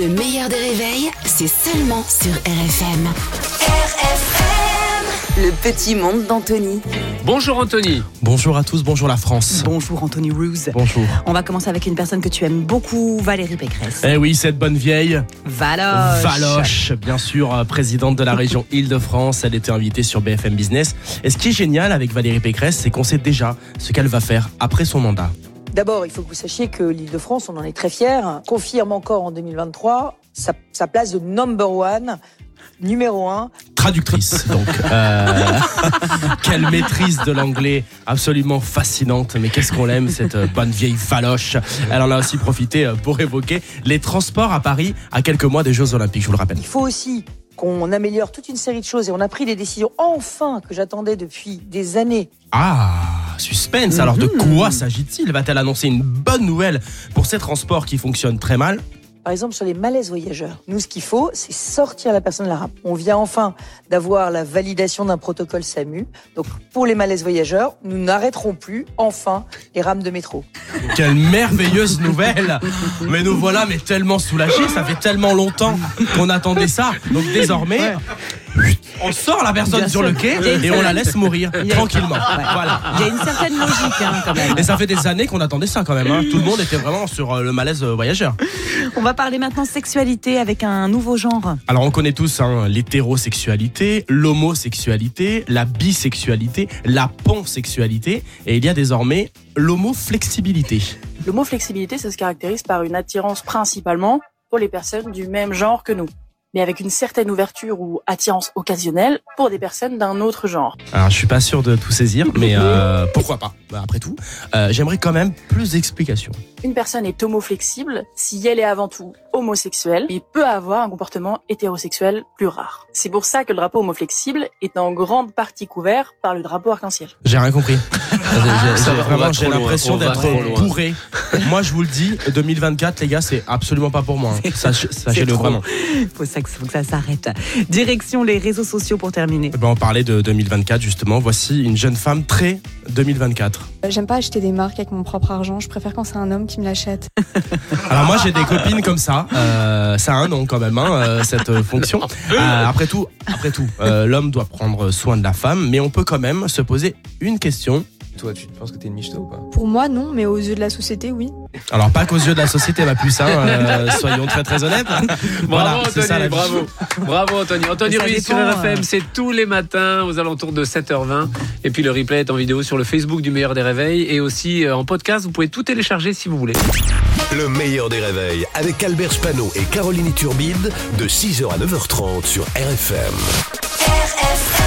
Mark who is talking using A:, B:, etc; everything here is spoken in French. A: Le meilleur des réveils, c'est seulement sur RFM. RFM Le petit monde d'Anthony.
B: Bonjour Anthony.
C: Bonjour à tous, bonjour la France.
D: Bonjour Anthony Roos.
C: Bonjour.
D: On va commencer avec une personne que tu aimes beaucoup, Valérie Pécresse.
C: Eh oui, cette bonne vieille,
D: Valoche.
C: Valoche, bien sûr, euh, présidente de la région Île-de-France, elle était invitée sur BFM Business. Et ce qui est génial avec Valérie Pécresse, c'est qu'on sait déjà ce qu'elle va faire après son mandat.
E: D'abord, il faut que vous sachiez que l'île de France, on en est très fiers, confirme encore en 2023 sa, sa place de number one, numéro un.
C: Traductrice, donc. Euh, quelle maîtrise de l'anglais absolument fascinante. Mais qu'est-ce qu'on l'aime, cette euh, bonne vieille Valoche. Elle en a aussi profité euh, pour évoquer les transports à Paris à quelques mois des Jeux Olympiques, je vous le rappelle.
E: Il faut aussi qu'on améliore toute une série de choses et on a pris des décisions enfin que j'attendais depuis des années.
C: Ah, suspense. Alors de
D: Mhm.
C: quoi s'agit-il Va-t-elle annoncer une bonne nouvelle pour ces transports qui fonctionnent très mal
E: Par exemple, sur les malaises voyageurs. Nous, ce qu'il faut, c'est sortir la personne de la rame. On vient enfin d'avoir la validation d'un protocole SAMU. Donc, pour les malaises voyageurs, nous n'arrêterons plus, enfin, les rames de métro.
C: Quelle merveilleuse nouvelle Mais nous voilà mais tellement soulagés, ça fait tellement longtemps qu'on attendait ça. Donc désormais, on sort la personne
D: Bien
C: sur le
D: sûr.
C: quai
D: Il y a une
C: et on la
D: certaine-
C: laisse mourir
D: Il y a-
C: tranquillement.
D: Ouais.
C: Voilà.
D: Il y a une certaine logique hein, quand même.
C: Et ça fait des années qu'on attendait ça quand même. hein. Tout le monde était vraiment sur euh, le malaise euh, voyageur.
D: On va parler maintenant sexualité avec un nouveau genre.
C: Alors on connaît tous hein, l'hétérosexualité, l'homosexualité, la bisexualité, la pansexualité et il y a désormais l'homoflexibilité.
F: Le mot flexibilité, ça se caractérise par une attirance principalement pour les personnes du même genre que nous, mais avec une certaine ouverture ou attirance occasionnelle pour des personnes d'un autre genre.
C: Alors je suis pas sûr de tout saisir, mais euh, pourquoi pas Bah, Après tout, euh, j'aimerais quand même plus d'explications.
F: Une personne est homoflexible si elle est avant tout homosexuelle et peut avoir un comportement hétérosexuel plus rare. C'est pour ça que le drapeau homoflexible est en grande partie couvert par le drapeau arc-en-ciel.
C: J'ai rien compris. J'ai-
B: Ça
C: j'ai-
B: va, on
C: Vraiment,
B: va
C: j'ai
B: trop loin,
C: l'impression
B: on va
C: d'être
B: trop loin.
C: bourré. Moi, je vous le dis, 2024, les gars, c'est absolument pas pour moi. hein. Sach- Sachez-le
D: trop.
C: vraiment.
D: Il faut, ça- faut que ça s'arrête. Direction les réseaux sociaux pour terminer.
C: Eh ben, on parlait de 2024 justement. Voici une jeune femme très 2024.
G: Euh, J'aime pas acheter des marques avec mon propre argent, je préfère quand c'est un homme qui me l'achète.
C: Alors moi j'ai des copines comme ça, euh, ça a un nom quand même hein, euh, cette euh, fonction. Euh, après tout, après tout, euh, l'homme doit prendre soin de la femme, mais on peut quand même se poser une question.
B: Toi, tu penses que t'es une michto ou pas
G: Pour moi, non, mais aux yeux de la société, oui.
C: Alors pas qu'aux yeux de la société ma puce, hein, euh, soyons très très honnêtes.
B: Bravo
C: c'est ça, la
B: Anthony, bravo.
C: vie.
B: Bravo Anthony. Anthony
D: Ça
B: Ruiz sur
D: dépend,
B: RFM,
D: euh.
B: c'est tous les matins aux alentours de 7h20. Et puis le replay est en vidéo sur le Facebook du meilleur des réveils et aussi euh, en podcast. Vous pouvez tout télécharger si vous voulez.
H: Le meilleur des réveils avec Albert Spano et Caroline Turbide de 6h à 9h30 sur RFM.
A: RFM